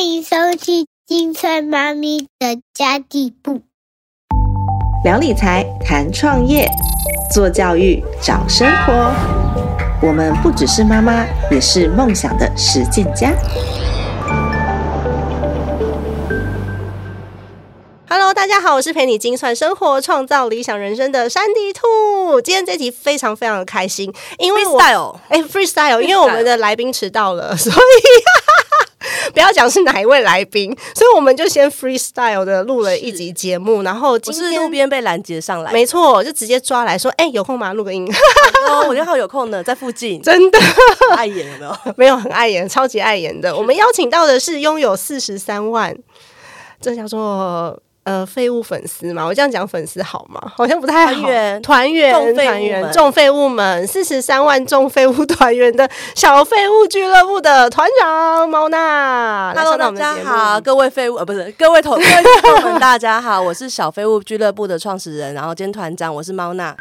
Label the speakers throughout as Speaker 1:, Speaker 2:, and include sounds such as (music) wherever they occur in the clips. Speaker 1: 迎收听金翠妈咪的家地部。
Speaker 2: 聊理财、谈创业、做教育、找生活。我们不只是妈妈，也是梦想的实践家。
Speaker 3: Hello，大家好，我是陪你精算生活、创造理想人生的山迪兔。今天这集非常非常的开心，因为我
Speaker 4: freestyle
Speaker 3: 哎、f r e e s t y l e 因为我们的来宾迟到了， (laughs) 所以啊不要讲是哪一位来宾，所以我们就先 freestyle 的录了一集节目，然后
Speaker 4: 我
Speaker 3: 今
Speaker 4: 是
Speaker 3: 天
Speaker 4: 路边被拦截上来， (laughs)
Speaker 3: 没错，就直接抓来说，哎、有空吗？录个音， (laughs)
Speaker 4: 有，哦我就好有空呢，在附近
Speaker 3: 真的
Speaker 4: 碍眼有没有？
Speaker 3: 没有很碍眼，超级碍眼的。我们邀请到的是拥有四十三万，这叫做呃废物粉丝嘛？我这样讲粉丝好吗？好像不太好。
Speaker 4: 团员
Speaker 3: 团员、
Speaker 4: 众废物
Speaker 3: 团员、
Speaker 4: 们
Speaker 3: 众废物们，四十三万众废物团员的小废物俱乐部的团长猫娜来上到
Speaker 4: Hello，大
Speaker 3: 我们的
Speaker 4: 家
Speaker 3: 节目
Speaker 4: 好，各位废物呃，不是各位同各位听众们，大家好，我是小废物俱乐部的创始人，然后兼团长，我是猫娜。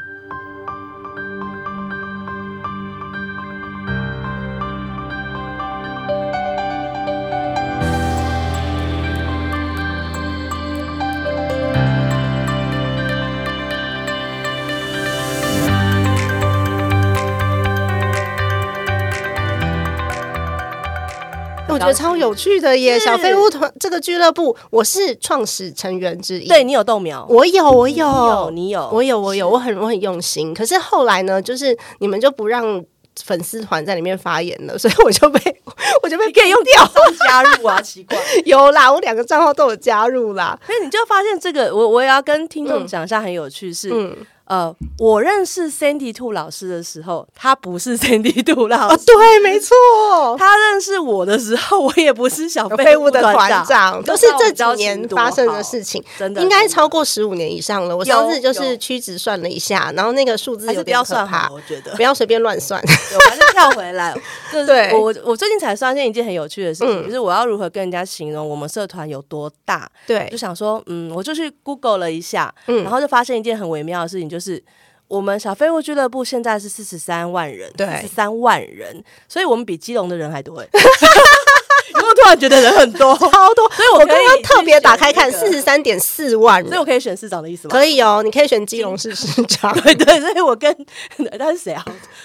Speaker 3: 哎我觉得超有趣的耶！
Speaker 4: 是
Speaker 3: 小废物团这个俱乐部，我是创始成员之一。
Speaker 4: 对你有豆苗，
Speaker 3: 我有，我有，
Speaker 4: 你有你有，
Speaker 3: 我有，我有，我很我很用心。可是后来呢，就是你们就不让粉丝团在里面发言了，所 (laughs) 以我就被我就被可以用掉。
Speaker 4: 上加入啊，奇 (laughs) 怪。
Speaker 3: 有啦，我两个账号都有加入啦。
Speaker 4: 所以你就发现这个，我我也要跟听众讲一下，很有趣是，
Speaker 3: 嗯，
Speaker 4: 呃，我认识 Sandy Two 老师的时候，他不是 (laughs) Sandy Two 老
Speaker 3: 哦
Speaker 4: 师，，
Speaker 3: 对，没错，
Speaker 4: 他认识我的时候，我也不是小
Speaker 3: 废
Speaker 4: 废
Speaker 3: 物
Speaker 4: 物
Speaker 3: 的团
Speaker 4: 团长，
Speaker 3: 长，都
Speaker 4: 就是知道我
Speaker 3: 这
Speaker 4: 们交
Speaker 3: 几年
Speaker 4: 情多
Speaker 3: 发生的
Speaker 4: 好
Speaker 3: 事情，
Speaker 4: 真的
Speaker 3: 应该
Speaker 4: 真的
Speaker 3: 超过十五年以上了。我上次就是
Speaker 4: 有
Speaker 3: 屈指算了一下，然后那个数字
Speaker 4: 还
Speaker 3: 有
Speaker 4: 是不
Speaker 3: 点
Speaker 4: 要
Speaker 3: 可
Speaker 4: 算
Speaker 3: 怕
Speaker 4: 好，，我觉得
Speaker 3: 不。要随便乱
Speaker 4: (laughs)
Speaker 3: 算。
Speaker 4: 对我还是跳回
Speaker 3: (laughs)
Speaker 4: 来，就是
Speaker 3: 对
Speaker 4: 我我我最近才发现一件很有趣的事情，
Speaker 3: 嗯
Speaker 4: 就是我要如何跟人家形容我们社团有多大，
Speaker 3: 对
Speaker 4: 就，想说，嗯，我就去 Google 了一下，
Speaker 3: 嗯
Speaker 4: 然后就发现一件很微妙的事情，就是。我们小废物俱乐部现在是四十三万人，
Speaker 3: 对
Speaker 4: 四十三万人，所以我们比基隆的人
Speaker 3: (laughs)
Speaker 4: 还多、欸。因为我突然觉得人很多，
Speaker 3: 超多。
Speaker 4: 所以
Speaker 3: 我
Speaker 4: 我可
Speaker 3: 刚
Speaker 4: 以
Speaker 3: 刚
Speaker 4: 去
Speaker 3: 特别打
Speaker 4: 选
Speaker 3: 开
Speaker 4: 那
Speaker 3: 看，
Speaker 4: 个
Speaker 3: 四十三点四万
Speaker 4: 所以
Speaker 3: 人，
Speaker 4: 我可以选市长的意思吗？
Speaker 3: 可以哦，你可以选基隆市市
Speaker 4: (laughs)
Speaker 3: 长。
Speaker 4: 对对，所以我跟 (laughs) 他是谁啊？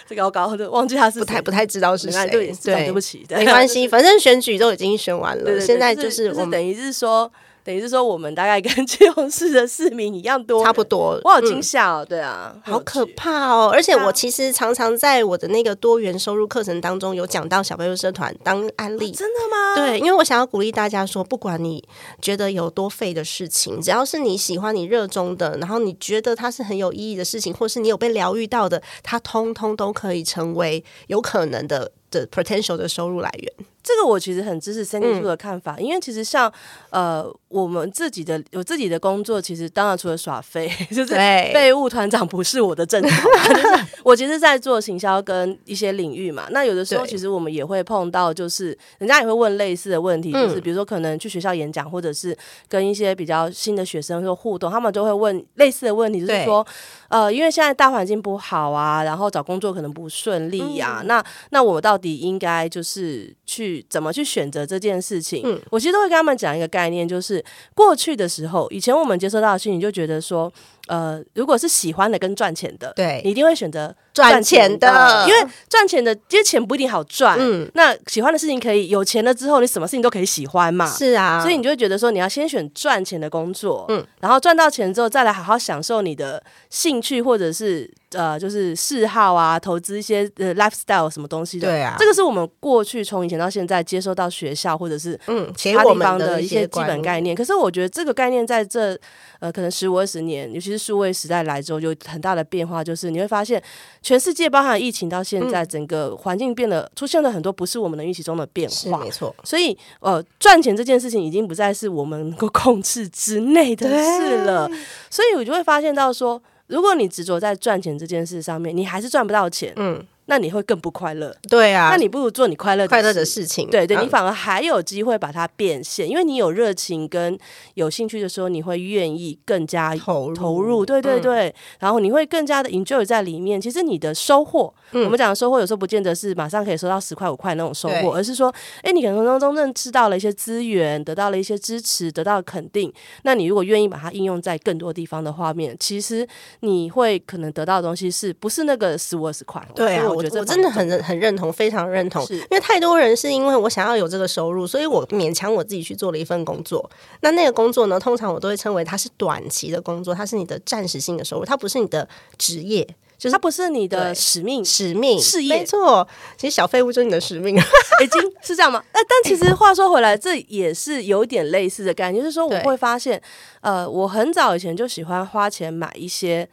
Speaker 4: 这个我搞忘记他是
Speaker 3: 不太
Speaker 4: 谁
Speaker 3: 不太知道是
Speaker 4: 没
Speaker 3: 谁
Speaker 4: 关系，对市长对不
Speaker 3: 对，
Speaker 4: 起，
Speaker 3: 没关系，反正选举都已经选完
Speaker 4: (laughs) 对。对
Speaker 3: 了，
Speaker 4: 对，
Speaker 3: 现在
Speaker 4: 就
Speaker 3: 就是我
Speaker 4: 是
Speaker 3: 们
Speaker 4: 等于是说，等于是说，我们大概跟 (laughs) 基隆市的市民一样多，
Speaker 3: 差不。多。
Speaker 4: 我好
Speaker 3: 嗯
Speaker 4: 惊吓哦，对啊，很
Speaker 3: 好
Speaker 4: 有
Speaker 3: 可
Speaker 4: 趣。
Speaker 3: 怕哦！而且
Speaker 4: 对啊
Speaker 3: 我其实常常在我的那个多元收入课程当中有讲到小朋友社团当案例，
Speaker 4: 哦真的吗？
Speaker 3: 对，因为我想要鼓励大家说，不管你觉得有多废的事情，只要是你喜欢、你热衷的，然后你觉得它是很有意义的事情，或是你有被疗愈到的，它通通都可以成为有可能的的 potential 的收入来源。
Speaker 4: 这个我其实很支持三 D
Speaker 3: 嗯
Speaker 4: 兔的看法，因为其实像呃我们自己的有自己的工作，其实当然除了耍废， (laughs) 就是
Speaker 3: 对
Speaker 4: 废物团长不是我的正职嘛，就是 (laughs) 我其实在做行销跟一些领域嘛。那有的时候
Speaker 3: 对
Speaker 4: 其实我们也会碰到，就是人家也会问类似的问题，
Speaker 3: 嗯
Speaker 4: 就是比如说可能去学校演讲，或者是跟一些比较新的学生做互动，他们就会问类似的问题，就
Speaker 3: 对
Speaker 4: 是说呃，因为现在大环境不好啊，然后找工作可能不顺利呀、
Speaker 3: 嗯
Speaker 4: 那那我到底应该就是去怎么去选择这件事情？
Speaker 3: 嗯
Speaker 4: 我其实都会跟他们讲一个概念，就是过去的时候，以前我们接收到的讯息就觉得说，呃，如果是喜欢的跟赚钱的，
Speaker 3: 对
Speaker 4: 你一定会选择
Speaker 3: 赚钱的，
Speaker 4: 因为赚钱的，因为钱不一定好赚。
Speaker 3: 嗯
Speaker 4: 那喜欢的事情可以有钱了之后，你什么事情都可以喜欢嘛。
Speaker 3: 是啊，
Speaker 4: 所以你就会觉得说，你要先选赚钱的工作，
Speaker 3: 嗯
Speaker 4: 嗯，然后赚到钱之后，再来好好享受你的兴趣或者是呃，就是嗜好啊，投资一些呃 lifestyle 什么东西的。
Speaker 3: 对啊
Speaker 4: 这个是我们过去从以前到现在接收到学校或者是
Speaker 3: 嗯，
Speaker 4: 其
Speaker 3: 给
Speaker 4: 他
Speaker 3: 我
Speaker 4: 地
Speaker 3: 们
Speaker 4: 方的
Speaker 3: 一
Speaker 4: 一些基
Speaker 3: 观
Speaker 4: 本概念。可是我觉得这个概念在这呃，可能十五二十年，尤其是数位时代来之后，有很大的变化，就是你会发现全世界包含疫情到现
Speaker 3: 嗯
Speaker 4: 在，整个环境变得出现了很多不是我们能预期中的变
Speaker 3: 是
Speaker 4: 化。
Speaker 3: 没错，
Speaker 4: 所以，呃，赚钱这件事情已经不再是我们能够控制之内的事了。所以，我就会发现到说，如果你执着在赚钱这件事上面，你还是赚不到钱。
Speaker 3: 嗯，
Speaker 4: 那你会更不快乐。
Speaker 3: 对啊，
Speaker 4: 那你不如做你快乐
Speaker 3: 快乐的事情，
Speaker 4: 对对，
Speaker 3: 嗯
Speaker 4: 你反而还有机会把它变现，因为你有热情跟有兴趣的时候，你会愿意更加
Speaker 3: 投入
Speaker 4: 投入，对对
Speaker 3: 嗯
Speaker 4: 对，然后你会更加的 enjoy 在里面。其实你的收获，
Speaker 3: 嗯
Speaker 4: 我们讲的收获有时候不见得是马上可以收到十块五块那种收
Speaker 3: 对
Speaker 4: 获，而是说，哎，你可能从中认知到了一些资源，得到了一些支持，得到肯定。那你如果愿意把它应用在更多地方的画面，其实你会可能得到的东西是不是那个十五二十块？
Speaker 3: 对啊，
Speaker 4: 所以
Speaker 3: 我
Speaker 4: 我觉得
Speaker 3: 我
Speaker 4: 这
Speaker 3: 真的
Speaker 4: 蛮
Speaker 3: 很认很认同，非常认同。
Speaker 4: 是
Speaker 3: 因为太多人是因为我想要有这个收入，所以我勉强我自己去做了一份工作。那那个工作呢，通常我都会称为它是短期的工作，它是你的暂时性的收入，它不是你的职业
Speaker 4: 就是它不是你的
Speaker 3: 对
Speaker 4: 使命，
Speaker 3: 使命
Speaker 4: 事业
Speaker 3: 没错，其实小废物就是你的使命。
Speaker 4: (laughs) 已经是这样吗？呃，但其实话说回来，这也是有点类似的概念，就是说我
Speaker 3: 对
Speaker 4: 会发现，呃，我很早以前就喜欢花钱买一些。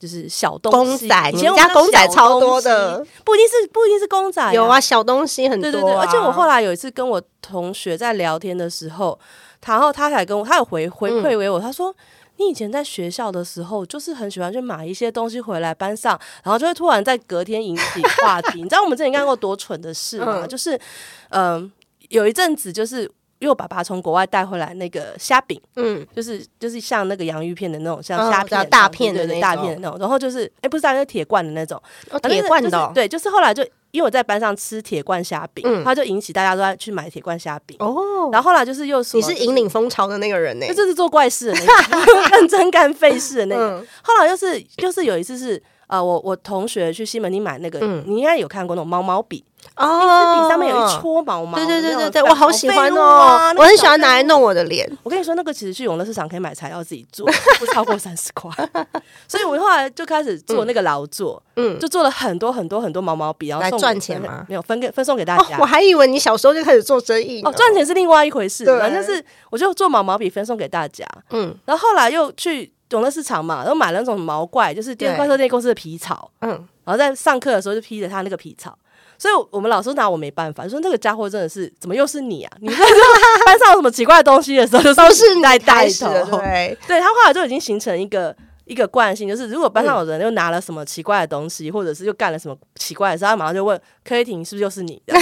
Speaker 4: 就是小东
Speaker 3: 啊公
Speaker 4: 西
Speaker 3: 仔
Speaker 4: 以
Speaker 3: 你们
Speaker 4: 前我
Speaker 3: 家
Speaker 4: 叫
Speaker 3: 公仔
Speaker 4: 小
Speaker 3: 超
Speaker 4: 东
Speaker 3: 多
Speaker 4: 西
Speaker 3: 的，
Speaker 4: 不一定是不一定是公仔、
Speaker 3: 有啊，，小东西很多、
Speaker 4: 对
Speaker 3: 啊，
Speaker 4: 对对，而且我后来有一次跟我同学在聊天的时候，然后他才跟我，他有回回
Speaker 3: 嗯
Speaker 4: 馈给我，他说。你以前在学校的时候，就是很喜欢去买一些东西回来班上，然后就会突然在隔天引起话
Speaker 3: (laughs)
Speaker 4: 题。你知道我们之前干过多蠢的事吗？
Speaker 3: 嗯
Speaker 4: 就是，嗯、有一阵子就是因为我爸爸从国外带回来那个虾饼，
Speaker 3: 嗯，
Speaker 4: 就是就是像那个洋芋片的那种，像
Speaker 3: 嗯
Speaker 4: 虾
Speaker 3: 我知道
Speaker 4: 片、
Speaker 3: 大片的
Speaker 4: 对对
Speaker 3: 那
Speaker 4: 大
Speaker 3: 种
Speaker 4: 片的那种。然后就是，哎、不是大片，是铁罐的那种。
Speaker 3: 哦
Speaker 4: 反正
Speaker 3: 铁罐的
Speaker 4: 就是
Speaker 3: 哦、
Speaker 4: 对，就是后来就因为我在班上吃铁罐虾饼，
Speaker 3: 嗯
Speaker 4: 他就引起大家都在去买铁罐虾饼。
Speaker 3: 哦，
Speaker 4: 然后后来就是又说
Speaker 3: 你是引，领欸风潮的那个人呢、
Speaker 4: 就就是做怪事的那个， (laughs) 认真干废事的那个。
Speaker 3: 嗯
Speaker 4: 后来就是就是有一次是。呃，我我同学去西门町买那个，
Speaker 3: 嗯
Speaker 4: 你应该有看过那种毛毛笔，
Speaker 3: 哦
Speaker 4: 笔上面有一。撮毛毛的
Speaker 3: 对
Speaker 4: 那种
Speaker 3: 对对对
Speaker 4: 小废物啊，
Speaker 3: 对，我好喜欢哦、
Speaker 4: 啊那个
Speaker 3: 我很
Speaker 4: 小
Speaker 3: 喜欢拿来
Speaker 4: 废物
Speaker 3: 弄我的脸。
Speaker 4: 我跟你说，那个其实去永乐市场可以买材料自己做，不超过三十块。 (laughs) 所以我后来就开始做那个劳作，
Speaker 3: 嗯
Speaker 4: 嗯，就做了很多很多很多毛毛笔，然后
Speaker 3: 来
Speaker 4: 送给
Speaker 3: 赚钱
Speaker 4: 分
Speaker 3: 吗
Speaker 4: 没有分给分送给大
Speaker 3: 哦
Speaker 4: 家。，
Speaker 3: 我还以为你小时候就开始做生意
Speaker 4: 哦，
Speaker 3: 呢
Speaker 4: 赚钱是另外一回事，
Speaker 3: 对
Speaker 4: 反正就是我就做毛毛笔分送给大家，
Speaker 3: 嗯
Speaker 4: 然后后来又去永乐市场嘛，然后买了那种毛怪，就是电
Speaker 3: 对
Speaker 4: 快车电公司的皮草，
Speaker 3: 嗯，
Speaker 4: 然后在上课的时候就披着他那个皮草。所以我们老师拿我没办法，就说那个家伙真的是怎么又是你啊？你班上有什么奇怪的东西的时候，
Speaker 3: 都是你
Speaker 4: 在带
Speaker 3: 开始的，
Speaker 4: 头，
Speaker 3: 对，
Speaker 4: 对他后来就已经形成一个一个惯性，就是如果班上
Speaker 3: 嗯
Speaker 4: 有人又拿了什么奇怪的东西，或者是又干了什么奇怪的事，他马上就问柯以婷是不是又是你的？ (laughs)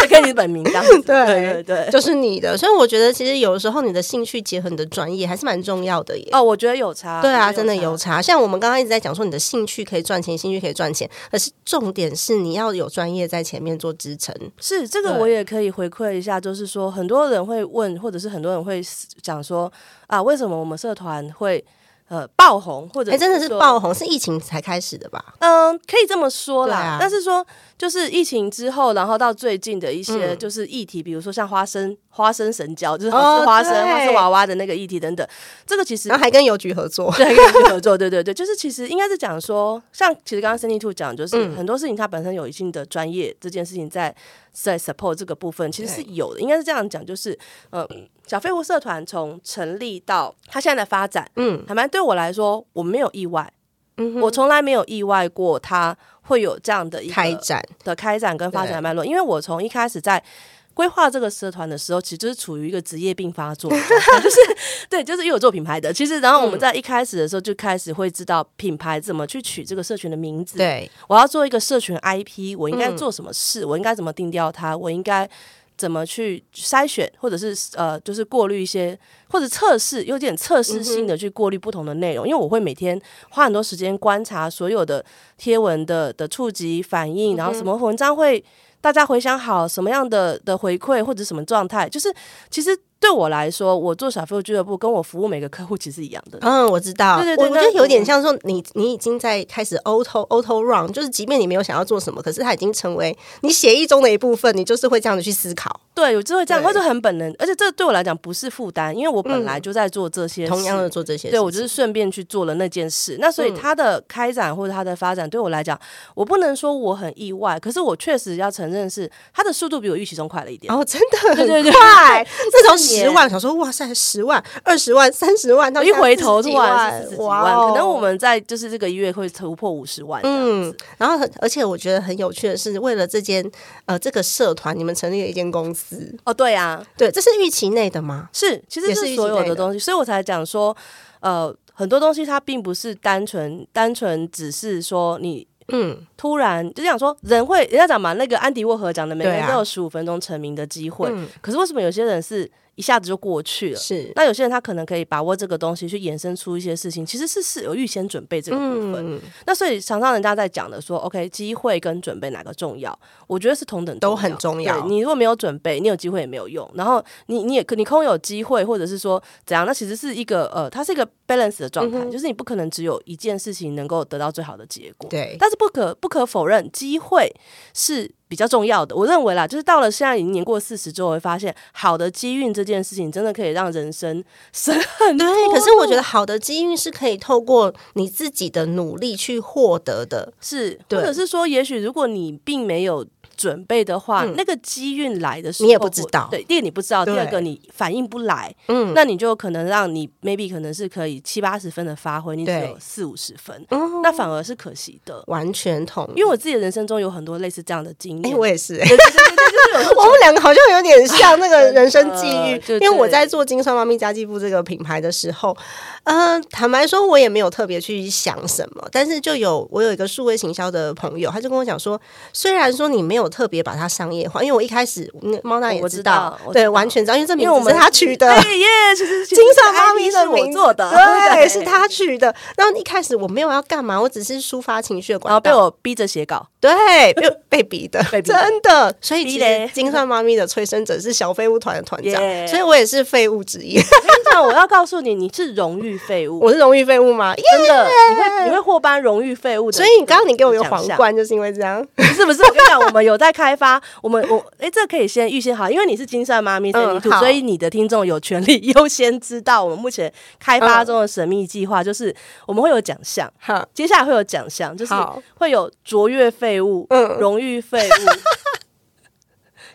Speaker 4: 就柯以婷本名这样子，
Speaker 3: (laughs) 对
Speaker 4: 对对对。
Speaker 3: 就是你的。所以我觉得，其实有时候你的兴趣结合你的专业还是蛮重要的耶。
Speaker 4: 哦，我觉得有差，
Speaker 3: 对啊，
Speaker 4: 我觉
Speaker 3: 真
Speaker 4: 得
Speaker 3: 的有
Speaker 4: 差。
Speaker 3: 差。像我们刚刚一直在讲说，你的兴趣可以赚钱，兴趣可以赚钱，可是重点是你要有专业在前面做支撑。
Speaker 4: 是这个，
Speaker 3: 对
Speaker 4: 我也可以回馈一下，就是说，很多人会问，或者是很多人会讲说，啊，为什么我们社团会呃爆红，或者
Speaker 3: 哎，真的是
Speaker 4: 说
Speaker 3: 爆红，是疫情才开始的吧？
Speaker 4: 嗯，可以这么说啦。
Speaker 3: 对啊
Speaker 4: 但是说，就是疫情之后，然后到最近的一些
Speaker 3: 嗯
Speaker 4: 就是议题，比如说像花生、花生神交，就是
Speaker 3: 哦
Speaker 4: 好吃花生、
Speaker 3: 对啊
Speaker 4: 花生娃娃的那个议题等等，这个其实
Speaker 3: 然后还跟邮局合作。
Speaker 4: 对，跟你合作，对对对，就是其实应该是讲说，像其实刚刚 Cindy Two 讲，就是
Speaker 3: 嗯
Speaker 4: 很多事情它本身有一定的专业，这件事情在在 support 这个部分其实是有的，应该是这样讲，就是呃，小废物社团从成立到它现在的发展，
Speaker 3: 嗯
Speaker 4: 坦白对我来说，我没有意外，
Speaker 3: 嗯哼，
Speaker 4: 我从来没有意外过它会有这样的一个
Speaker 3: 开展，
Speaker 4: 的开展跟发展
Speaker 3: 对
Speaker 4: 的脉络，因为我从一开始在。规划这个社团的时候，其实就是处于一个职业病发作的状态，就是对，就是因为我做品牌的，其实然后我们在一开始的时候就开始会知道品牌怎么去取这个社群的名字，，
Speaker 3: 对，
Speaker 4: 我要做一个社群 IP，我应该
Speaker 3: 嗯
Speaker 4: 做什么事，我应该怎么定调它，我应该怎么去筛选，或者是呃，就是过滤一些或者测试，有点测试性的去过滤不同的内容，因为我会每天花很多时间观察所有的贴文的的触及反应，然后什么文章会。大家回想好什么样的的回馈或者什么状态，就是其实对我来说，我做小废物俱乐部跟我服务每个客户其实一样的。
Speaker 3: 嗯，我知道，
Speaker 4: 对对对
Speaker 3: 我我
Speaker 4: 那
Speaker 3: 觉得有点
Speaker 4: 嗯
Speaker 3: 像说你，你已经在开始 auto auto run，就是即便你没有想要做什么，可是它已经成为你协议中的一部分，你就是会这样子去思考
Speaker 4: 对，我就会这样，
Speaker 3: 对嗯
Speaker 4: 或者很本能，而且这对我来讲不是负担，因为我本来就在做这些事
Speaker 3: 同样的做这些事情。嗯
Speaker 4: 对我就是顺便去做了那件事。那所以它的开展或者它的发展对我来讲，我不能说我很意外，可是我确实要承认是它的速度比我预期中快了一点。
Speaker 3: 哦，真的很快，
Speaker 4: 对对 (laughs)
Speaker 3: 那从
Speaker 4: 四年
Speaker 3: 十万想说，哇塞，十万、二十万、三十万，到
Speaker 4: 我一回头
Speaker 3: 现
Speaker 4: 突
Speaker 3: 在
Speaker 4: 然
Speaker 3: 40
Speaker 4: 是十
Speaker 3: 几
Speaker 4: 几
Speaker 3: 哇
Speaker 4: 万，
Speaker 3: 哦嗯
Speaker 4: 可能我们在就是这个月会突破五十万这样子。
Speaker 3: 然后很，而且我觉得很有趣的是，为了这间呃这个社团，你们成立了一间公司，
Speaker 4: 哦，对啊，
Speaker 3: 对，这是预期内的吗？
Speaker 4: 是，其实
Speaker 3: 也是
Speaker 4: 是
Speaker 3: 预
Speaker 4: 所
Speaker 3: 期
Speaker 4: 有
Speaker 3: 内
Speaker 4: 的
Speaker 3: 的
Speaker 4: 东西，所以我才讲说，呃，很多东西它并不是单纯单纯只是说你
Speaker 3: 嗯，
Speaker 4: 突然就想说，人会人家讲嘛，那个安迪沃荷讲的，每个
Speaker 3: 对
Speaker 4: 人
Speaker 3: 啊
Speaker 4: 都有十五分钟成名的机会。
Speaker 3: 嗯
Speaker 4: 可是为什么有些人是一下子就过去了？
Speaker 3: 是，
Speaker 4: 那有些人他可能可以把握这个东西去衍生出一些事情，其实是是有预先准备这个部分。
Speaker 3: 嗯，
Speaker 4: 那所以常常人家在讲的说，OK，机会跟准备哪个重要？我觉得是同等
Speaker 3: 都很重要
Speaker 4: 对你如果没有准备，你有机会也没有用。然后你你也可你空有机会，或者是说怎样？那其实是一个呃，它是一个 balance 的状态，
Speaker 3: 嗯哼
Speaker 4: 就是你不可能只有一件事情能够得到最好的结果。
Speaker 3: 对，
Speaker 4: 但是不可不可否认，机会是比较重要的。我认为啦，就是到了现在已经年过四十之后，我会发现好的机运这件事情真的可以让人生省很
Speaker 3: (laughs)
Speaker 4: 多
Speaker 3: 对，哎可是我觉得好的机遇是可以透过你自己的努力去获得的。
Speaker 4: 是，
Speaker 3: 对
Speaker 4: 或者是说，也许如果你并没有准备的话，
Speaker 3: 嗯
Speaker 4: 那个机运来的时候
Speaker 3: 你也不知道
Speaker 4: 对，第一个你不知道，第
Speaker 3: 对
Speaker 4: 二个你反应不来，
Speaker 3: 嗯，
Speaker 4: 那你就可能让你 maybe 可能是可以七八十分的发挥，你只
Speaker 3: 对
Speaker 4: 有四五十分，
Speaker 3: 嗯
Speaker 4: 那反而是可惜的。
Speaker 3: 完全同意，
Speaker 4: 因为我自己的人生中有很多类似这样的经
Speaker 3: 哎、
Speaker 4: 验，
Speaker 3: 我也是、
Speaker 4: 对对对对就是有时候
Speaker 3: (laughs) 我们两个好像有点像那个人生际遇，
Speaker 4: 对
Speaker 3: 因为
Speaker 4: 对
Speaker 3: 我在做金算妈咪家计部这个品牌的时候，嗯、坦白说，我也没有特别去想什么，但是就有我有一个数位行销的朋友，他就跟我讲说，虽然说你没有特别把它商业化，因为我一开始嗯猫大也
Speaker 4: 我
Speaker 3: 知
Speaker 4: 知
Speaker 3: 道
Speaker 4: 道，我
Speaker 3: 对，
Speaker 4: 知道
Speaker 3: 完全知道，因为这名
Speaker 4: 因为我
Speaker 3: 字
Speaker 4: 们
Speaker 3: 是他取的。
Speaker 4: 哎耶，其实
Speaker 3: 金算妈咪
Speaker 4: 是
Speaker 3: 的名
Speaker 4: 我
Speaker 3: 字
Speaker 4: 做的，
Speaker 3: 对，是。他取的。然后一开始我没有要干嘛，我只是抒发情绪的管
Speaker 4: 然
Speaker 3: 道。
Speaker 4: 后哦被我逼着写稿，
Speaker 3: 对，
Speaker 4: (laughs)
Speaker 3: 被被逼的，
Speaker 4: 被逼的
Speaker 3: 真的。所以其
Speaker 4: 逼嘞
Speaker 3: 实金算妈咪的催生者是小废物团的团长
Speaker 4: Yeah
Speaker 3: 所以我也是废物之一。 (laughs)
Speaker 4: 我跟你讲，我要告诉你，你是荣誉废物，
Speaker 3: 我是荣誉废物吗？
Speaker 4: 真的，你会你会获颁荣誉废物的。
Speaker 3: 所以你刚刚你给我一个皇
Speaker 4: 奖项，
Speaker 3: 冠，就是因为这样。
Speaker 4: (laughs) 是不是？我跟你讲，我们有在开发，我们我哎、这可以先预先好，因为你是金算妈咪神秘兔，
Speaker 3: 嗯好
Speaker 4: 所以你的听众有权利 (laughs) 优先知道我们目前开
Speaker 3: 嗯
Speaker 4: 发中的神秘计划，就是我们会有奖项。
Speaker 3: 哈，
Speaker 4: 接下来会有奖项，就是
Speaker 3: 好
Speaker 4: 会有卓越废物、
Speaker 3: 嗯
Speaker 4: 荣誉
Speaker 3: (laughs)
Speaker 4: 废物，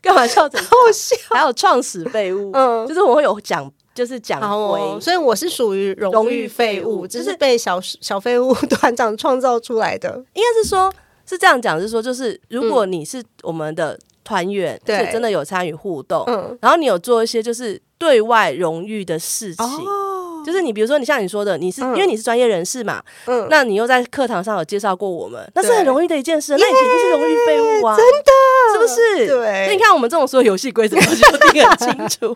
Speaker 4: 干嘛笑成这样
Speaker 3: (laughs) 好笑。
Speaker 4: 还有创始废物，
Speaker 3: 嗯
Speaker 4: 就是我们会有奖，就是奖
Speaker 3: 好哦，
Speaker 4: 徽。
Speaker 3: 所以我是属于荣誉废物，
Speaker 4: 荣誉废物
Speaker 3: 就
Speaker 4: 就是
Speaker 3: 是被小小废物团长创造出来的。
Speaker 4: 应该是说，是这样讲，是说，就是如果你是我们的团员，
Speaker 3: 嗯对
Speaker 4: 是真的有参与互动，
Speaker 3: 嗯，
Speaker 4: 然后你有做一些就是对外荣誉的事情。
Speaker 3: 哦，
Speaker 4: 就是你，比如说你像你说的，你是、
Speaker 3: 嗯
Speaker 4: 因为你是专业人士嘛，
Speaker 3: 嗯
Speaker 4: 那你又在课堂上有介绍过我们，那是
Speaker 3: 对
Speaker 4: 很荣誉的一件事，那你肯定是荣誉废物啊，
Speaker 3: 真
Speaker 4: (laughs) 是
Speaker 3: 的，
Speaker 4: 不是？
Speaker 3: 对
Speaker 4: 所以你看我们这种所有游戏规则，我就定很清楚。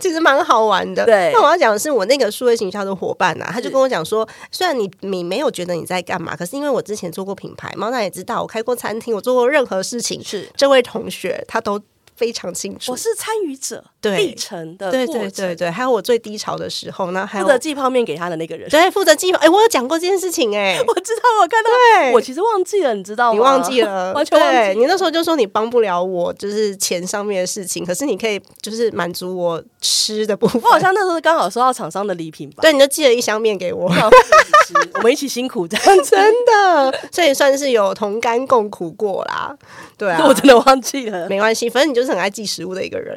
Speaker 3: 其实蛮好玩的。
Speaker 4: 对
Speaker 3: 那我要讲的是，我那个数位行销的伙伴啊，他就是跟我讲说，虽然你你没有觉得你在干嘛，可是因为我之前做过品牌，猫娜也知道，我开过餐厅，我做过任何事情，
Speaker 4: 是，
Speaker 3: 这位同学他都非常清楚
Speaker 4: (laughs) 我。是参与者，
Speaker 3: 对
Speaker 4: 历程的
Speaker 3: 对
Speaker 4: 过
Speaker 3: 对
Speaker 4: 程，
Speaker 3: 对对，还有我最低潮的时候，然后还有
Speaker 4: 负责寄泡面给他的那个人，
Speaker 3: 对负责计划，哎，我有讲过这件事情哎、
Speaker 4: (laughs) 我知道，我看到，
Speaker 3: 对
Speaker 4: 我其实忘记了，你知道吗？
Speaker 3: 你忘记了，
Speaker 4: (laughs) 完全忘记了
Speaker 3: 对你那时候就说你帮不了我，就是钱上面的事情，可是你可以就是满足我吃的部分。
Speaker 4: 我好像那时候刚好收到厂商的礼品吧，
Speaker 3: 对，你就寄了一箱面给我。 (laughs)
Speaker 4: 刚好可以吃， (laughs) 我们一起辛苦这样子。
Speaker 3: 真的，所以算是有同甘共苦过啦。对
Speaker 4: (laughs)
Speaker 3: 啊，
Speaker 4: 我真的忘记了，
Speaker 3: 没关系，反正你就是很爱记食物的一个人。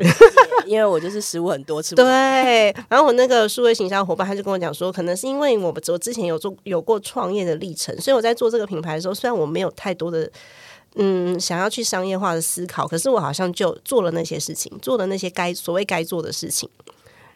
Speaker 3: (laughs)
Speaker 4: 因为我就是食物很多，吃不完
Speaker 3: 对，然后我那个数位行销伙伴，他就跟我讲说，可能是因为我们我之前有做有过创业的历程，所以我在做这个品牌的时候，虽然我没有太多的。嗯，想要去商业化的思考，可是我好像就做了那些事情，做了那些该所谓该做的事情，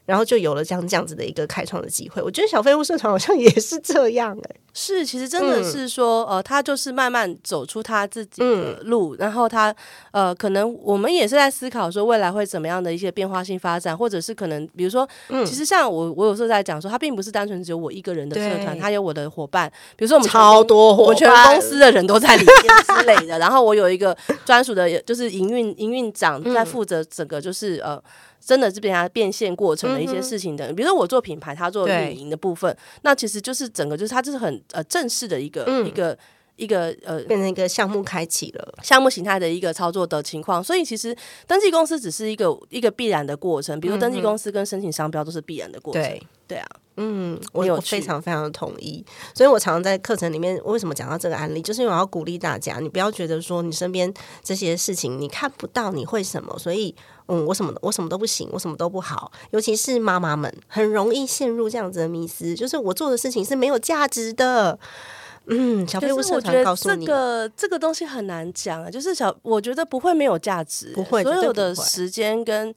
Speaker 3: 然后就有了这样这样子的一个开创的机会。我觉得小废物社团好像也是这样哎、
Speaker 4: 是，其实真的
Speaker 3: 嗯
Speaker 4: 是说，呃，他就是慢慢走出他自己的
Speaker 3: 嗯
Speaker 4: 路，然后他，呃，可能我们也是在思考说未来会怎么样的一些变化性发展，或者是可能，比如说，
Speaker 3: 嗯
Speaker 4: 其实像我，我有时候在讲说，他并不是单纯只有我一个人的社团，
Speaker 3: 对
Speaker 4: 他有我的伙伴，比如说我们全
Speaker 3: 超
Speaker 4: 公
Speaker 3: 多伙
Speaker 4: 我全
Speaker 3: 伴
Speaker 4: 公司的人都在
Speaker 3: (laughs)
Speaker 4: 里面之类的，然后我有一个专属的，就是营运营运长
Speaker 3: 嗯
Speaker 4: 在负责整个就是、呃。真的是变他变现过程的一些事情的，比如说我做品牌，他
Speaker 3: 嗯
Speaker 4: 做
Speaker 3: 对
Speaker 4: 运营的部分，那其实就是整个就是它就是很呃正式的一个、
Speaker 3: 嗯
Speaker 4: 一个一个呃
Speaker 3: 变成一个项目开启了。
Speaker 4: 项目形态的一个操作的情况，所以其实登记公司只是一个一个必然的过程，比如说登记公司跟申请商标都是必然的过
Speaker 3: 嗯
Speaker 4: 程，
Speaker 3: 对
Speaker 4: 对啊，
Speaker 3: 嗯，我
Speaker 4: 很有
Speaker 3: 我非
Speaker 4: 趣
Speaker 3: 常非常的同意，所以我常常在课程里面，为什么讲到这个案例，就是因为我要鼓励大家，你不要觉得说你身边这些事情你看不到，你会什么，所以嗯，我什么我什么都不行，我什么都不好，尤其是妈妈们很容易陷入这样子的迷思，就是我做的事情是没有价值的。嗯，小
Speaker 4: 可
Speaker 3: 废物
Speaker 4: 是我
Speaker 3: 社
Speaker 4: 觉
Speaker 3: 团
Speaker 4: 得
Speaker 3: 告诉
Speaker 4: 这
Speaker 3: 你，
Speaker 4: 个这个东西很难讲啊，就是小我觉得不会没有价值，
Speaker 3: 不会
Speaker 4: 所
Speaker 3: 绝对
Speaker 4: 有
Speaker 3: 不
Speaker 4: 的
Speaker 3: 会
Speaker 4: 时间跟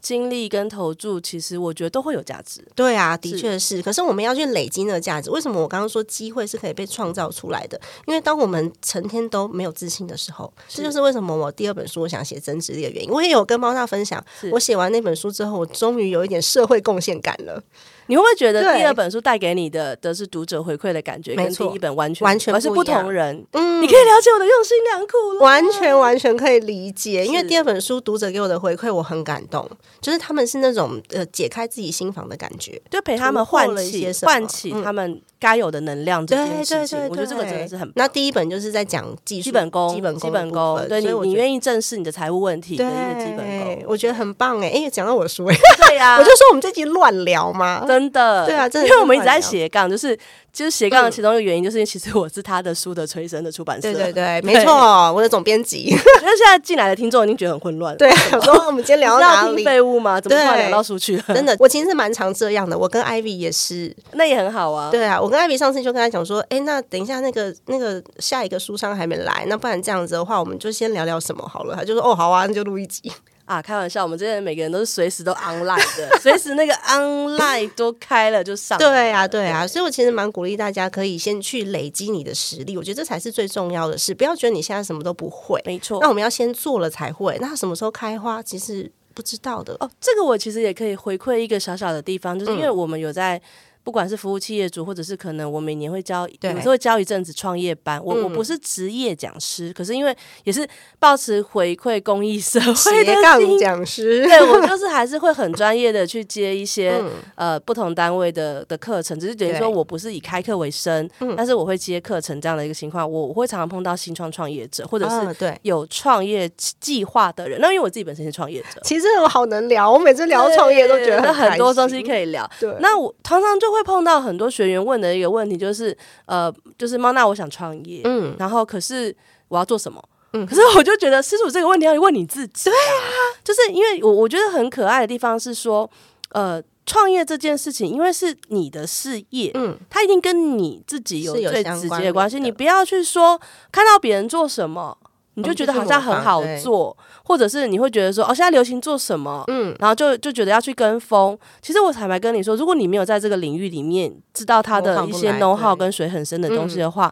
Speaker 4: 精力跟投注，其实我觉得都会有价值。
Speaker 3: 对啊，的
Speaker 4: 是
Speaker 3: 确是。可是我们要去累积那个价值。为什么我刚刚说机会是可以被创造出来的？因为当我们成天都没有自信的时候，这就是为什么我第二本书我想写增值力的原因。我也有跟猫大分享
Speaker 4: 是，
Speaker 3: 我写完那本书之后，我终于有一点社会贡献感了，
Speaker 4: 你会不会觉得
Speaker 3: 对
Speaker 4: 第二本书带给你的的是读者回馈的感觉，
Speaker 3: 没
Speaker 4: 跟
Speaker 3: 错
Speaker 4: 第一本完全
Speaker 3: 完全
Speaker 4: 而是
Speaker 3: 不
Speaker 4: 不
Speaker 3: 一样
Speaker 4: 同人？
Speaker 3: 嗯
Speaker 4: 你可以了解我的用心良苦了。
Speaker 3: 完全完全可以理解。因为
Speaker 4: 是
Speaker 3: 第二本书读者给我的回馈，我很感动，就是他们是那种呃解开自己心房的感觉。
Speaker 4: 就陪他们
Speaker 3: 突破
Speaker 4: 唤
Speaker 3: 了一
Speaker 4: 起
Speaker 3: 些什么
Speaker 4: 唤起
Speaker 3: 嗯
Speaker 4: 他们该有的能量这件
Speaker 3: 对
Speaker 4: 事
Speaker 3: 对
Speaker 4: 情
Speaker 3: 对，，
Speaker 4: 我觉得这个真的
Speaker 3: 对
Speaker 4: 是很
Speaker 3: 那第一本就是在讲技术、
Speaker 4: 基本功，
Speaker 3: 基本功、
Speaker 4: 基本功，对你，你
Speaker 3: 意。
Speaker 4: 愿意正视你的财务问题，
Speaker 3: 对，
Speaker 4: 跟你的基本功，
Speaker 3: 我觉得很棒哎、哎、讲到我的 (laughs) 书哎、
Speaker 4: 对啊呀，
Speaker 3: 我就说我们这集乱聊嘛，
Speaker 4: 真的，
Speaker 3: 对啊真的
Speaker 4: 因为我
Speaker 3: 是
Speaker 4: 们一直在
Speaker 3: 乱聊
Speaker 4: 斜杠，就是就是斜杠的
Speaker 3: 嗯
Speaker 4: 其中一个原因，就是因为其实我是他的书的催生的出版社，
Speaker 3: 对对对，
Speaker 4: (laughs)
Speaker 3: 没错，我的总编辑， (laughs)
Speaker 4: 我觉得现在进来的听众已经觉得很混乱，
Speaker 3: 对，我说我们今天聊
Speaker 4: 你
Speaker 3: 到
Speaker 4: 知
Speaker 3: 哪
Speaker 4: 道听
Speaker 3: (laughs) 里？
Speaker 4: 废物吗？怎么突然聊
Speaker 3: 对
Speaker 4: 到书去了？
Speaker 3: 真，的，我其实是蛮常这样的，我跟 Ivy 也是，
Speaker 4: (laughs) 那也很好啊，
Speaker 3: 对啊，我跟 Ivy 上次就跟他讲说，哎、那等一下那个那个下一个书商还没来，那不然这样子的话，我们就先聊聊什么好了，他就说哦好啊，那就录一 (laughs) 集，
Speaker 4: 啊，开玩笑，我们这些人每个人都是随时都 online 的， (laughs) 随时那个 online 都开了就上，
Speaker 3: 对啊，对啊，所以我其实蛮鼓励大家可以先去累积你的实力，我觉得这才是最重要的事，不要觉得你现在什么都不会，
Speaker 4: 没错
Speaker 3: 那。我们要先做了才会。那它什么时候开花，其实不知道的。
Speaker 4: 哦，这个我其实也可以回馈一个小小的地方，就是因为
Speaker 3: 嗯
Speaker 4: 我们有在。不管是服务企业主，或者是可能我每年会教，
Speaker 3: 对
Speaker 4: 有时候会教一阵子创业班。我、我
Speaker 3: 嗯
Speaker 4: 不是职业讲师，可是因为也是抱持回馈公益社会的
Speaker 3: 斜杠
Speaker 4: 心，
Speaker 3: 讲师，
Speaker 4: 对我就是还是会很专业的去接一些、
Speaker 3: 嗯
Speaker 4: 呃不同单位的的课程，只是等于
Speaker 3: 对嗯
Speaker 4: 说我不是以开课为生，但是我会接课程这样的一个情况。我我会常常碰到新创创业者，或者
Speaker 3: 啊
Speaker 4: 是哦
Speaker 3: 对。
Speaker 4: 有创业计划的人。那因为我自己本身是创业者，
Speaker 3: 其实我好能聊，我每次聊创业都觉得
Speaker 4: 对
Speaker 3: 很
Speaker 4: 很多东西
Speaker 3: 以。
Speaker 4: 可以聊。
Speaker 3: 对，
Speaker 4: 那我常常就会碰到很多学员问的一个问题，就是呃，就是猫娜，我想创业，
Speaker 3: 嗯
Speaker 4: 然后可是我要做什么？
Speaker 3: 嗯
Speaker 4: 可是我就觉得施主这个问题要问你自己、对啊，就是因为我我觉得很可爱的地方是说，呃，创业这件事情，因为是你的事业，
Speaker 3: 嗯，
Speaker 4: 它一定跟你自己有
Speaker 3: 是有
Speaker 4: 最
Speaker 3: 相
Speaker 4: 直
Speaker 3: 关
Speaker 4: 接
Speaker 3: 联
Speaker 4: 的关系。
Speaker 3: 的
Speaker 4: 你不要去说看到别人做什么，你就
Speaker 3: 嗯就
Speaker 4: 觉得
Speaker 3: 去
Speaker 4: 好像
Speaker 3: 模仿
Speaker 4: 很好
Speaker 3: 对
Speaker 4: 做，或者是你会觉得说哦，现在流行做什么，嗯
Speaker 3: 嗯，
Speaker 4: 然后就就觉得要去跟风。其实我坦白跟你说，如果你没有在这个领域里面知道它
Speaker 3: 模
Speaker 4: 的
Speaker 3: 仿
Speaker 4: 一
Speaker 3: 不
Speaker 4: 些
Speaker 3: 来
Speaker 4: know how
Speaker 3: 对嗯
Speaker 4: 跟水很深的东西的话。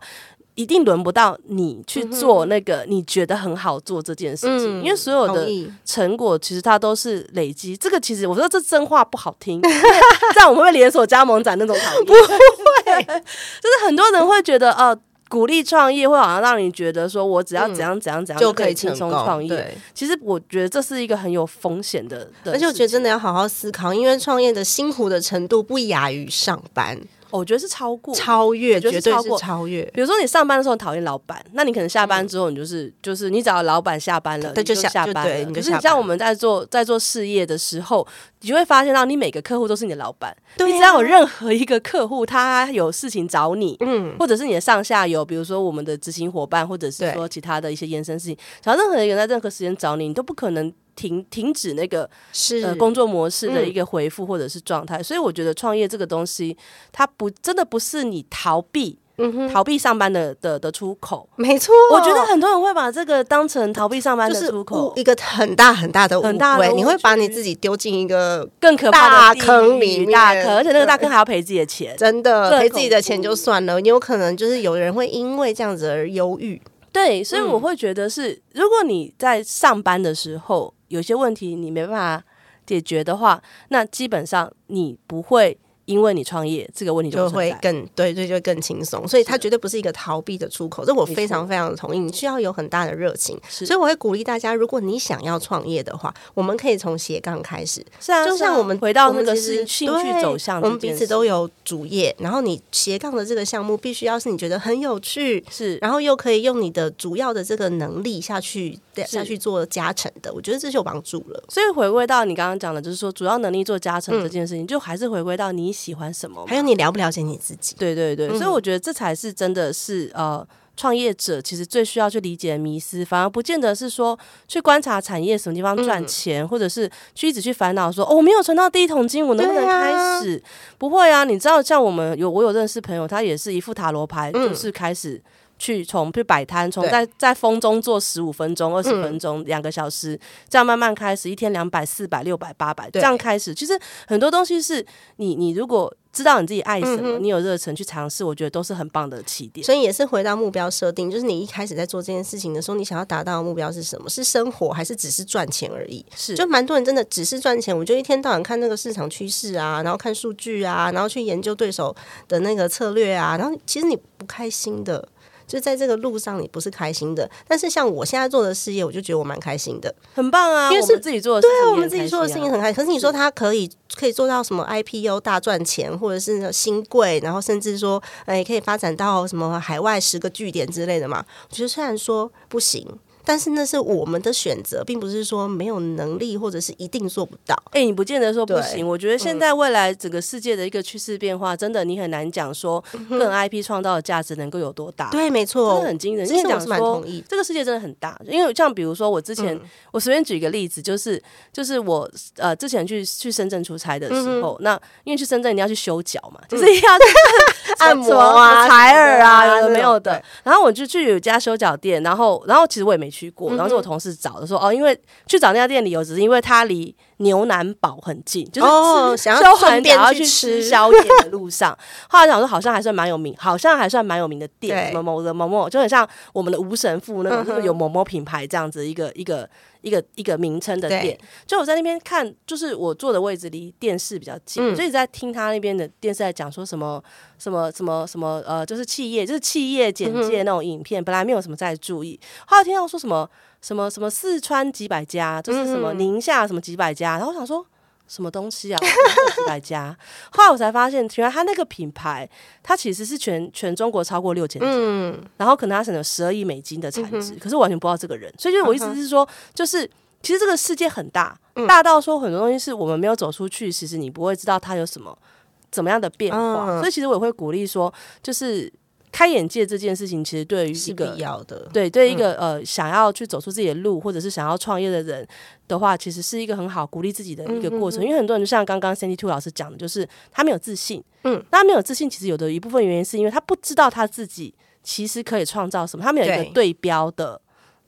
Speaker 4: 一定轮不到你去做那个你觉得很好做这件事情，因为所有的
Speaker 3: 嗯同意
Speaker 4: 成果其实它都是累积。这个其实我说这真话不好听，因 (laughs) 为这样我们会连锁加盟展那
Speaker 3: (laughs)
Speaker 4: 种讨厌。不会，就是很多人会觉得哦、呃鼓励创业会好像让你觉得说我只要怎样怎样怎样
Speaker 3: 嗯就
Speaker 4: 可
Speaker 3: 可以
Speaker 4: 轻
Speaker 3: 成
Speaker 4: 松
Speaker 3: 功
Speaker 4: 创业。
Speaker 3: 对
Speaker 4: 其实我觉得这是一个很有风险的，的
Speaker 3: 而且我觉得
Speaker 4: 事
Speaker 3: 真的要好好思考，因为创业的辛苦的程度不亚于上班，
Speaker 4: 情哦我觉得是超过。
Speaker 3: 超越
Speaker 4: 我觉
Speaker 3: 绝
Speaker 4: 得是
Speaker 3: 对
Speaker 4: 超
Speaker 3: 是
Speaker 4: 过
Speaker 3: 超越。
Speaker 4: 比如说你上班的时候很讨厌老板，那你可能下班之后你就是、就是你只要老板下班了，
Speaker 3: 对
Speaker 4: 你嗯就
Speaker 3: 就下
Speaker 4: 下班
Speaker 3: 就对
Speaker 4: 了。
Speaker 3: 你
Speaker 4: 可
Speaker 3: 就是下班
Speaker 4: 你像我们在做在做事业的时候，你就会发现到你每个客户都是你的老板。
Speaker 3: 对
Speaker 4: 你只要有任何一个客户他有事情找你，
Speaker 3: 嗯，
Speaker 4: 或者是你的上下游，比如说我们的执行伙伴，或者是
Speaker 3: 对
Speaker 4: 说其他的一些延伸事情，只要任何一个人在任何时间找你，你都不可能停停止那个
Speaker 3: 是
Speaker 4: 呃工作模式的
Speaker 3: 嗯
Speaker 4: 一个回复或者是状态。所以我觉得创业这个东西，它不真的不是你逃避。逃避上班的的的出口，
Speaker 3: 嗯没错。
Speaker 4: 我觉得很多人会把这个当成逃避上
Speaker 3: 哦
Speaker 4: 班
Speaker 3: 就
Speaker 4: 的
Speaker 3: 是
Speaker 4: 出口
Speaker 3: 误，一个很大很大的误
Speaker 4: 很大的
Speaker 3: 会，
Speaker 4: 误
Speaker 3: 你会把你
Speaker 4: 区
Speaker 3: 自己丢进一个
Speaker 4: 更可怕
Speaker 3: 大
Speaker 4: 的地狱
Speaker 3: 坑里面
Speaker 4: 大坑，而且那个大
Speaker 3: 对
Speaker 4: 坑还要赔自己的钱。
Speaker 3: 真
Speaker 4: 更
Speaker 3: 的赔自己的
Speaker 4: 恐
Speaker 3: 钱
Speaker 4: 怖
Speaker 3: 就算了，你有可能就是有人会因为这样子而忧郁。
Speaker 4: 对，所以我
Speaker 3: 嗯
Speaker 4: 会觉得是，如果你在上班的时候有些问题你没办法解决的话，那基本上你不会因为你创业这个问题就
Speaker 3: 就
Speaker 4: 会
Speaker 3: 会
Speaker 4: 存在。
Speaker 3: 更对对，就会更轻松。所以它
Speaker 4: 是
Speaker 3: 绝对不是一个逃避的出口，这我
Speaker 4: 没
Speaker 3: 非常
Speaker 4: 错
Speaker 3: 非常同意。你需要有很大的热情，
Speaker 4: 是
Speaker 3: 所以我会鼓励大家，如果你想要创业的话，我们可以从斜杠开始，
Speaker 4: 是啊，
Speaker 3: 就是
Speaker 4: 啊
Speaker 3: 像我们
Speaker 4: 回到
Speaker 3: 我
Speaker 4: 那
Speaker 3: 们
Speaker 4: 个
Speaker 3: 其实
Speaker 4: 是兴趣
Speaker 3: 对
Speaker 4: 走向这件事，
Speaker 3: 我们彼此都有主业，然后你斜杠的这个项目必须要是你觉得很有趣。
Speaker 4: 是
Speaker 3: 然后又可以用你的主要的这个能力下去对
Speaker 4: 是
Speaker 3: 下去做加成的，我觉得这就有帮助了。
Speaker 4: 所以回归到你刚刚讲的，就是说主要能力做加成这件事情，就还是回归到你喜欢什么嘛。
Speaker 3: 嗯还有你了不了解你自己？
Speaker 4: 对对对，
Speaker 3: 嗯
Speaker 4: 所以我觉得这才是真的是呃，创业者其实最需要去理解的迷思，反而不见得是说去观察产业什么地方
Speaker 3: 嗯
Speaker 4: 赚钱，或者是去一直去烦恼说哦，我没有存到第一桶金，我能不能
Speaker 3: 对啊
Speaker 4: 开始？不会啊，你知道，像我们有我有认识朋友，他也是一副塔罗牌，
Speaker 3: 嗯
Speaker 4: 就是开始。去从去摆摊，从
Speaker 3: 对嗯
Speaker 4: 在在风中做十五分钟、二十分钟、两、个小时，这样慢慢开始，一天两百、四百、六百、八百，这
Speaker 3: 对
Speaker 4: 样开始。其实很多东西是你你如果知道你自己爱什么，
Speaker 3: 嗯哼
Speaker 4: 你有热忱去尝试，我觉得都是很棒的起点。
Speaker 3: 所以也是回到目标设定，就是你一开始在做这件事情的时候，你想要达到的目标是什么？是生活还是只是赚钱而已？
Speaker 4: 是
Speaker 3: 就蛮多人真的只是赚钱，我就一天到晚看那个市场趋势啊，然后看数据啊，然后去研究对手的那个策略啊，然后其实你不开心的。就在这个路上，你不是开心的。但是像我现在做的事业，我就觉得我蛮开心的。
Speaker 4: 很棒啊，
Speaker 3: 因为
Speaker 4: 我
Speaker 3: 是
Speaker 4: 们自己做的事情也
Speaker 3: 对啊，
Speaker 4: 很
Speaker 3: 我
Speaker 4: 开心啊，
Speaker 3: 们自己做的事情很开心。可是你说它可以可以做到什么 IPO 大赚钱，或者是新贵，然后甚至说，哎、可以发展到什么海外十个据点之类的嘛？我觉得虽然说不行，但是那是我们的选择，并不是说没有能力或者是一定做不到。
Speaker 4: 哎、你不见得说不
Speaker 3: 对嗯
Speaker 4: 行。我觉得现在未来整个世界的一个趋势变化，真的你很难讲说
Speaker 3: 嗯
Speaker 4: 个人 IP 创造的价值能够有多大。。
Speaker 3: 对，没
Speaker 4: 真
Speaker 3: 错
Speaker 4: 的，很惊人，
Speaker 3: 这个
Speaker 4: 因为
Speaker 3: 我
Speaker 4: 讲
Speaker 3: 是蛮
Speaker 4: 说
Speaker 3: 同意的
Speaker 4: 这个世界真的很大，因为像比如说我之
Speaker 3: 嗯
Speaker 4: 前，我随便举一个例子，就是就是我呃之前去去深圳出差的
Speaker 3: 嗯
Speaker 4: 时候，那因为去深圳一定要去修脚嘛，就是
Speaker 3: (laughs)
Speaker 4: 要去
Speaker 3: 按摩啊
Speaker 4: 什么采耳啊，
Speaker 3: 什么的啊
Speaker 4: 有的没有
Speaker 3: 那
Speaker 4: 的
Speaker 3: 种。
Speaker 4: 然后我就去有一家修脚店，然后然后其实我也没去过，然
Speaker 3: 嗯
Speaker 4: 后是我同事找的说哦，因为去找那家店理由只是因为它离牛腩堡很近，就是
Speaker 3: 哦
Speaker 4: 吃
Speaker 3: 想要
Speaker 4: 修完
Speaker 3: 顺便
Speaker 4: 脚要
Speaker 3: 去
Speaker 4: 去吃
Speaker 3: 吃
Speaker 4: 宵夜的路上。后来想说好像还算蛮有名，好像还算蛮有名的
Speaker 3: 对
Speaker 4: 店，什么某的某某，就很像我们的无神父那种，
Speaker 3: 嗯哼
Speaker 4: 就是有某某品牌这样子一个一个一个一个名称的
Speaker 3: 对
Speaker 4: 店。就我在那边看，就是我坐的位置离电视比较近，
Speaker 3: 嗯
Speaker 4: 所以在听他那边的电视在讲说什么什么什么什么呃，就是企业就是企业简介
Speaker 3: 嗯
Speaker 4: 那种影片，本来没有什么在注意，后来听到说什么什么什么四川几百家，就是什么
Speaker 3: 嗯
Speaker 4: 宁夏什么几百家，然后我想说。什么
Speaker 3: (laughs)
Speaker 4: 东西啊？几百家，后来我才发现，原来他那个品牌，它其实是全全中国超过六千家，
Speaker 3: 嗯，
Speaker 4: 然后可能他省了十二亿美金的产值，可是我完全不知道这个人，所以就是我意思是
Speaker 3: 嗯
Speaker 4: 说，就是其实这个世界很大，大到说很多东西是我们没有走出去，其实你不会知道它有什么怎么样的变化，
Speaker 3: 嗯
Speaker 4: 所以其实我也会鼓励说，就是开眼界这件事情，其实对于一
Speaker 3: 是
Speaker 4: 个
Speaker 3: 必要的。
Speaker 4: 对，对一个、呃想要去走出自己的路，或者是想要创业的人的话，其实是一个很好鼓励自己的一个过
Speaker 3: 嗯
Speaker 4: 程。因为很多人就像刚刚 Sandy Two 老师讲的，就是他没有自信。
Speaker 3: 嗯，
Speaker 4: 那他没有自信，其实有的一部分原因是因为他不知道他自己其实可以创造什么，他没有一个
Speaker 3: 对
Speaker 4: 对标的。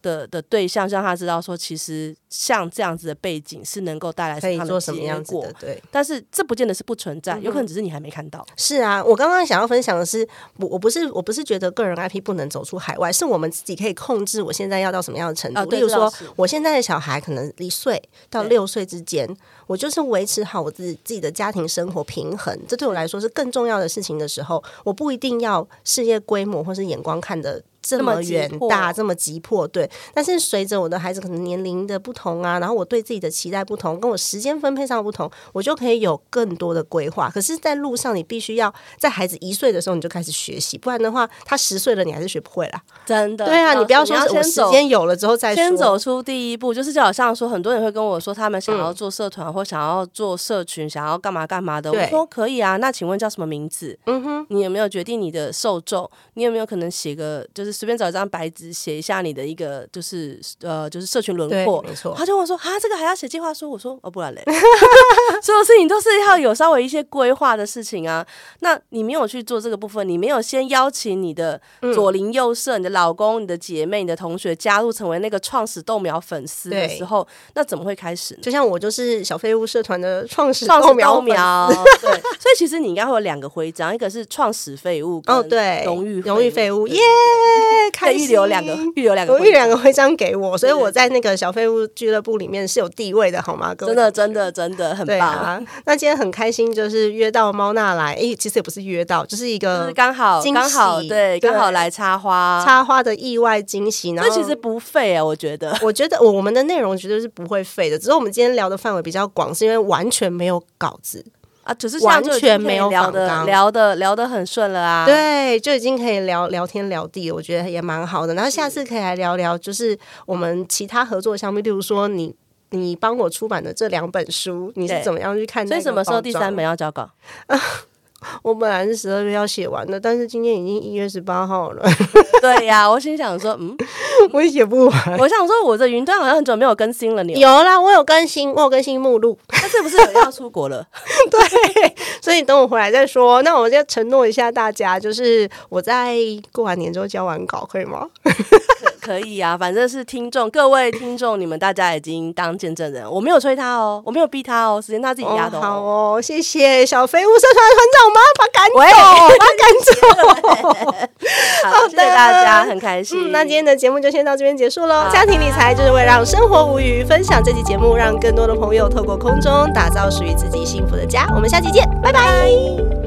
Speaker 4: 的的对象让他知道说，其实像这样子的背景是能够带来
Speaker 3: 可以
Speaker 4: 么样的
Speaker 3: 做什么
Speaker 4: 结
Speaker 3: 样子
Speaker 4: 果
Speaker 3: 的？，嗯对，
Speaker 4: 但是这不见得是不存在，有可能只是你还没看到。
Speaker 3: 是啊，我刚刚想要分享的是，我我不是我不是觉得个人 IP 不能走出海外，是我们自己可以控制我现在要到什么样的程度。
Speaker 4: 啊对
Speaker 3: 例如
Speaker 4: 这倒
Speaker 3: 说
Speaker 4: 是，
Speaker 3: 我现在的小孩可能一岁到
Speaker 4: 对
Speaker 3: 六岁之间，我就是维持好我自己自己的家庭生活平衡，这对我来说是更重要的事情的时候，我不一定要事业规模或是眼光看的。这
Speaker 4: 这么
Speaker 3: 么
Speaker 4: 急
Speaker 3: 远
Speaker 4: 迫
Speaker 3: 大，这么急迫，对。但是随着我的孩子可能年龄的不同啊，然后我对自己的期待不同，跟我时间分配上的不同，我就可以有更多的规划。可是，在路上你必须要在孩子一岁的时候你就开始学习，不然的话，他十岁了你还是学不会啦。
Speaker 4: 真的，
Speaker 3: 对啊，你不要说是
Speaker 4: 先
Speaker 3: 我时
Speaker 4: 走
Speaker 3: 间有了之后再说嗯
Speaker 4: 先走出第一步，就是就好像说，很多人会跟我说，他们想要做社团、或想要做社群，想要干嘛干嘛的。我
Speaker 3: 对
Speaker 4: 说可以啊，那请问叫什么名字？嗯哼，你有没有决定你的受众？你有没有可能写个，就是随便找一张白纸写一下你的一个，就是呃，就是社群轮
Speaker 3: 对
Speaker 4: 廓，？
Speaker 3: 没错
Speaker 4: 他，就跟我说啊，这个还要写计划书。我说哦，不然嘞， (laughs) 所有事情都是要有稍微一些规划的事情啊。那你没有去做这个部分，你没有先邀请你的
Speaker 3: 嗯
Speaker 4: 左邻右舍、你的老公、你的姐妹、你的同学加入成为那个创始豆苗粉丝的
Speaker 3: 对
Speaker 4: 时候，那怎么会开始呢？
Speaker 3: 就像我就是小废物社团的创始
Speaker 4: 创始
Speaker 3: 豆
Speaker 4: 豆
Speaker 3: 苗粉
Speaker 4: 苗，对，所以其实你应该会有两个徽章，一个是创始废物跟
Speaker 3: 哦，对，
Speaker 4: 荣誉
Speaker 3: 荣誉废物，
Speaker 4: (laughs) 对
Speaker 3: 耶！
Speaker 4: 可
Speaker 3: 开
Speaker 4: 以预
Speaker 3: (laughs)
Speaker 4: 留两个，预留两个
Speaker 3: 我
Speaker 4: 徽章，
Speaker 3: 预两个徽章给我，所以
Speaker 4: 对对
Speaker 3: 我在那个小废物俱乐部里面是有地位的，好吗？各位
Speaker 4: 真的，真的，真的很
Speaker 3: 对
Speaker 4: 棒。
Speaker 3: 啊。 (laughs) 那今天很开心，就是约到猫娜来，诶，其实也不是约到，就是一
Speaker 4: 就是
Speaker 3: 个
Speaker 4: 刚好
Speaker 3: 呃惊
Speaker 4: 刚好
Speaker 3: 喜
Speaker 4: 对，
Speaker 3: 对
Speaker 4: 刚好来插花，
Speaker 3: 插花的意外惊喜。然
Speaker 4: 这
Speaker 3: 后
Speaker 4: 其实不费啊，我
Speaker 3: (laughs)
Speaker 4: 觉得。
Speaker 3: 我觉得我我们的内容绝对是不会废的，只是我们今天聊的范围比较广，是因为完全没有稿子，
Speaker 4: 啊，只是这样就
Speaker 3: 完全没有
Speaker 4: 聊
Speaker 3: 仿
Speaker 4: 的
Speaker 3: 纲
Speaker 4: 聊的聊的很顺了啊。，
Speaker 3: 对，就已经可以聊聊天聊地了，我觉得也蛮好的。然后下次可以来聊聊，就是我们其他合作项目，例如说你。你帮我出版的这两本书，你是
Speaker 4: 对
Speaker 3: 怎么样去看待跟包装？
Speaker 4: 所以什么时候第三本要交稿？
Speaker 3: 我本来是十二月要写完的，但是今天已经一月十八号了，
Speaker 4: (laughs)
Speaker 3: (laughs)
Speaker 4: 对呀、我心想说，嗯，
Speaker 3: 我也写不
Speaker 4: (laughs)
Speaker 3: 完。
Speaker 4: 我想说我的云端好像很久没有更新了，你
Speaker 3: 有啦，我有更新，我有更新目录，
Speaker 4: 但是不是有要出国了？
Speaker 3: 对，所以等我回来再说。那我就承诺一下大家，就是我在过完年之后交完稿，可以吗？
Speaker 4: 可以啊，反正是听众，各位听众，你们大家已经当见证人，我没有催他哦，我没有逼他哦，时间他自己压的
Speaker 3: 哦好哦，谢谢小废物社团团长，我们要把他赶 (laughs) 走，
Speaker 4: 喂
Speaker 3: 把他赶 (laughs) 走。
Speaker 4: 好，谢谢大家，很开心。
Speaker 3: 嗯，那今天的节目就先到这边结束喽。家庭理财就是为了让生活无虞，分享这期节目，让更多的朋友透过空中打造属于自己幸福的家。我们下期见，拜拜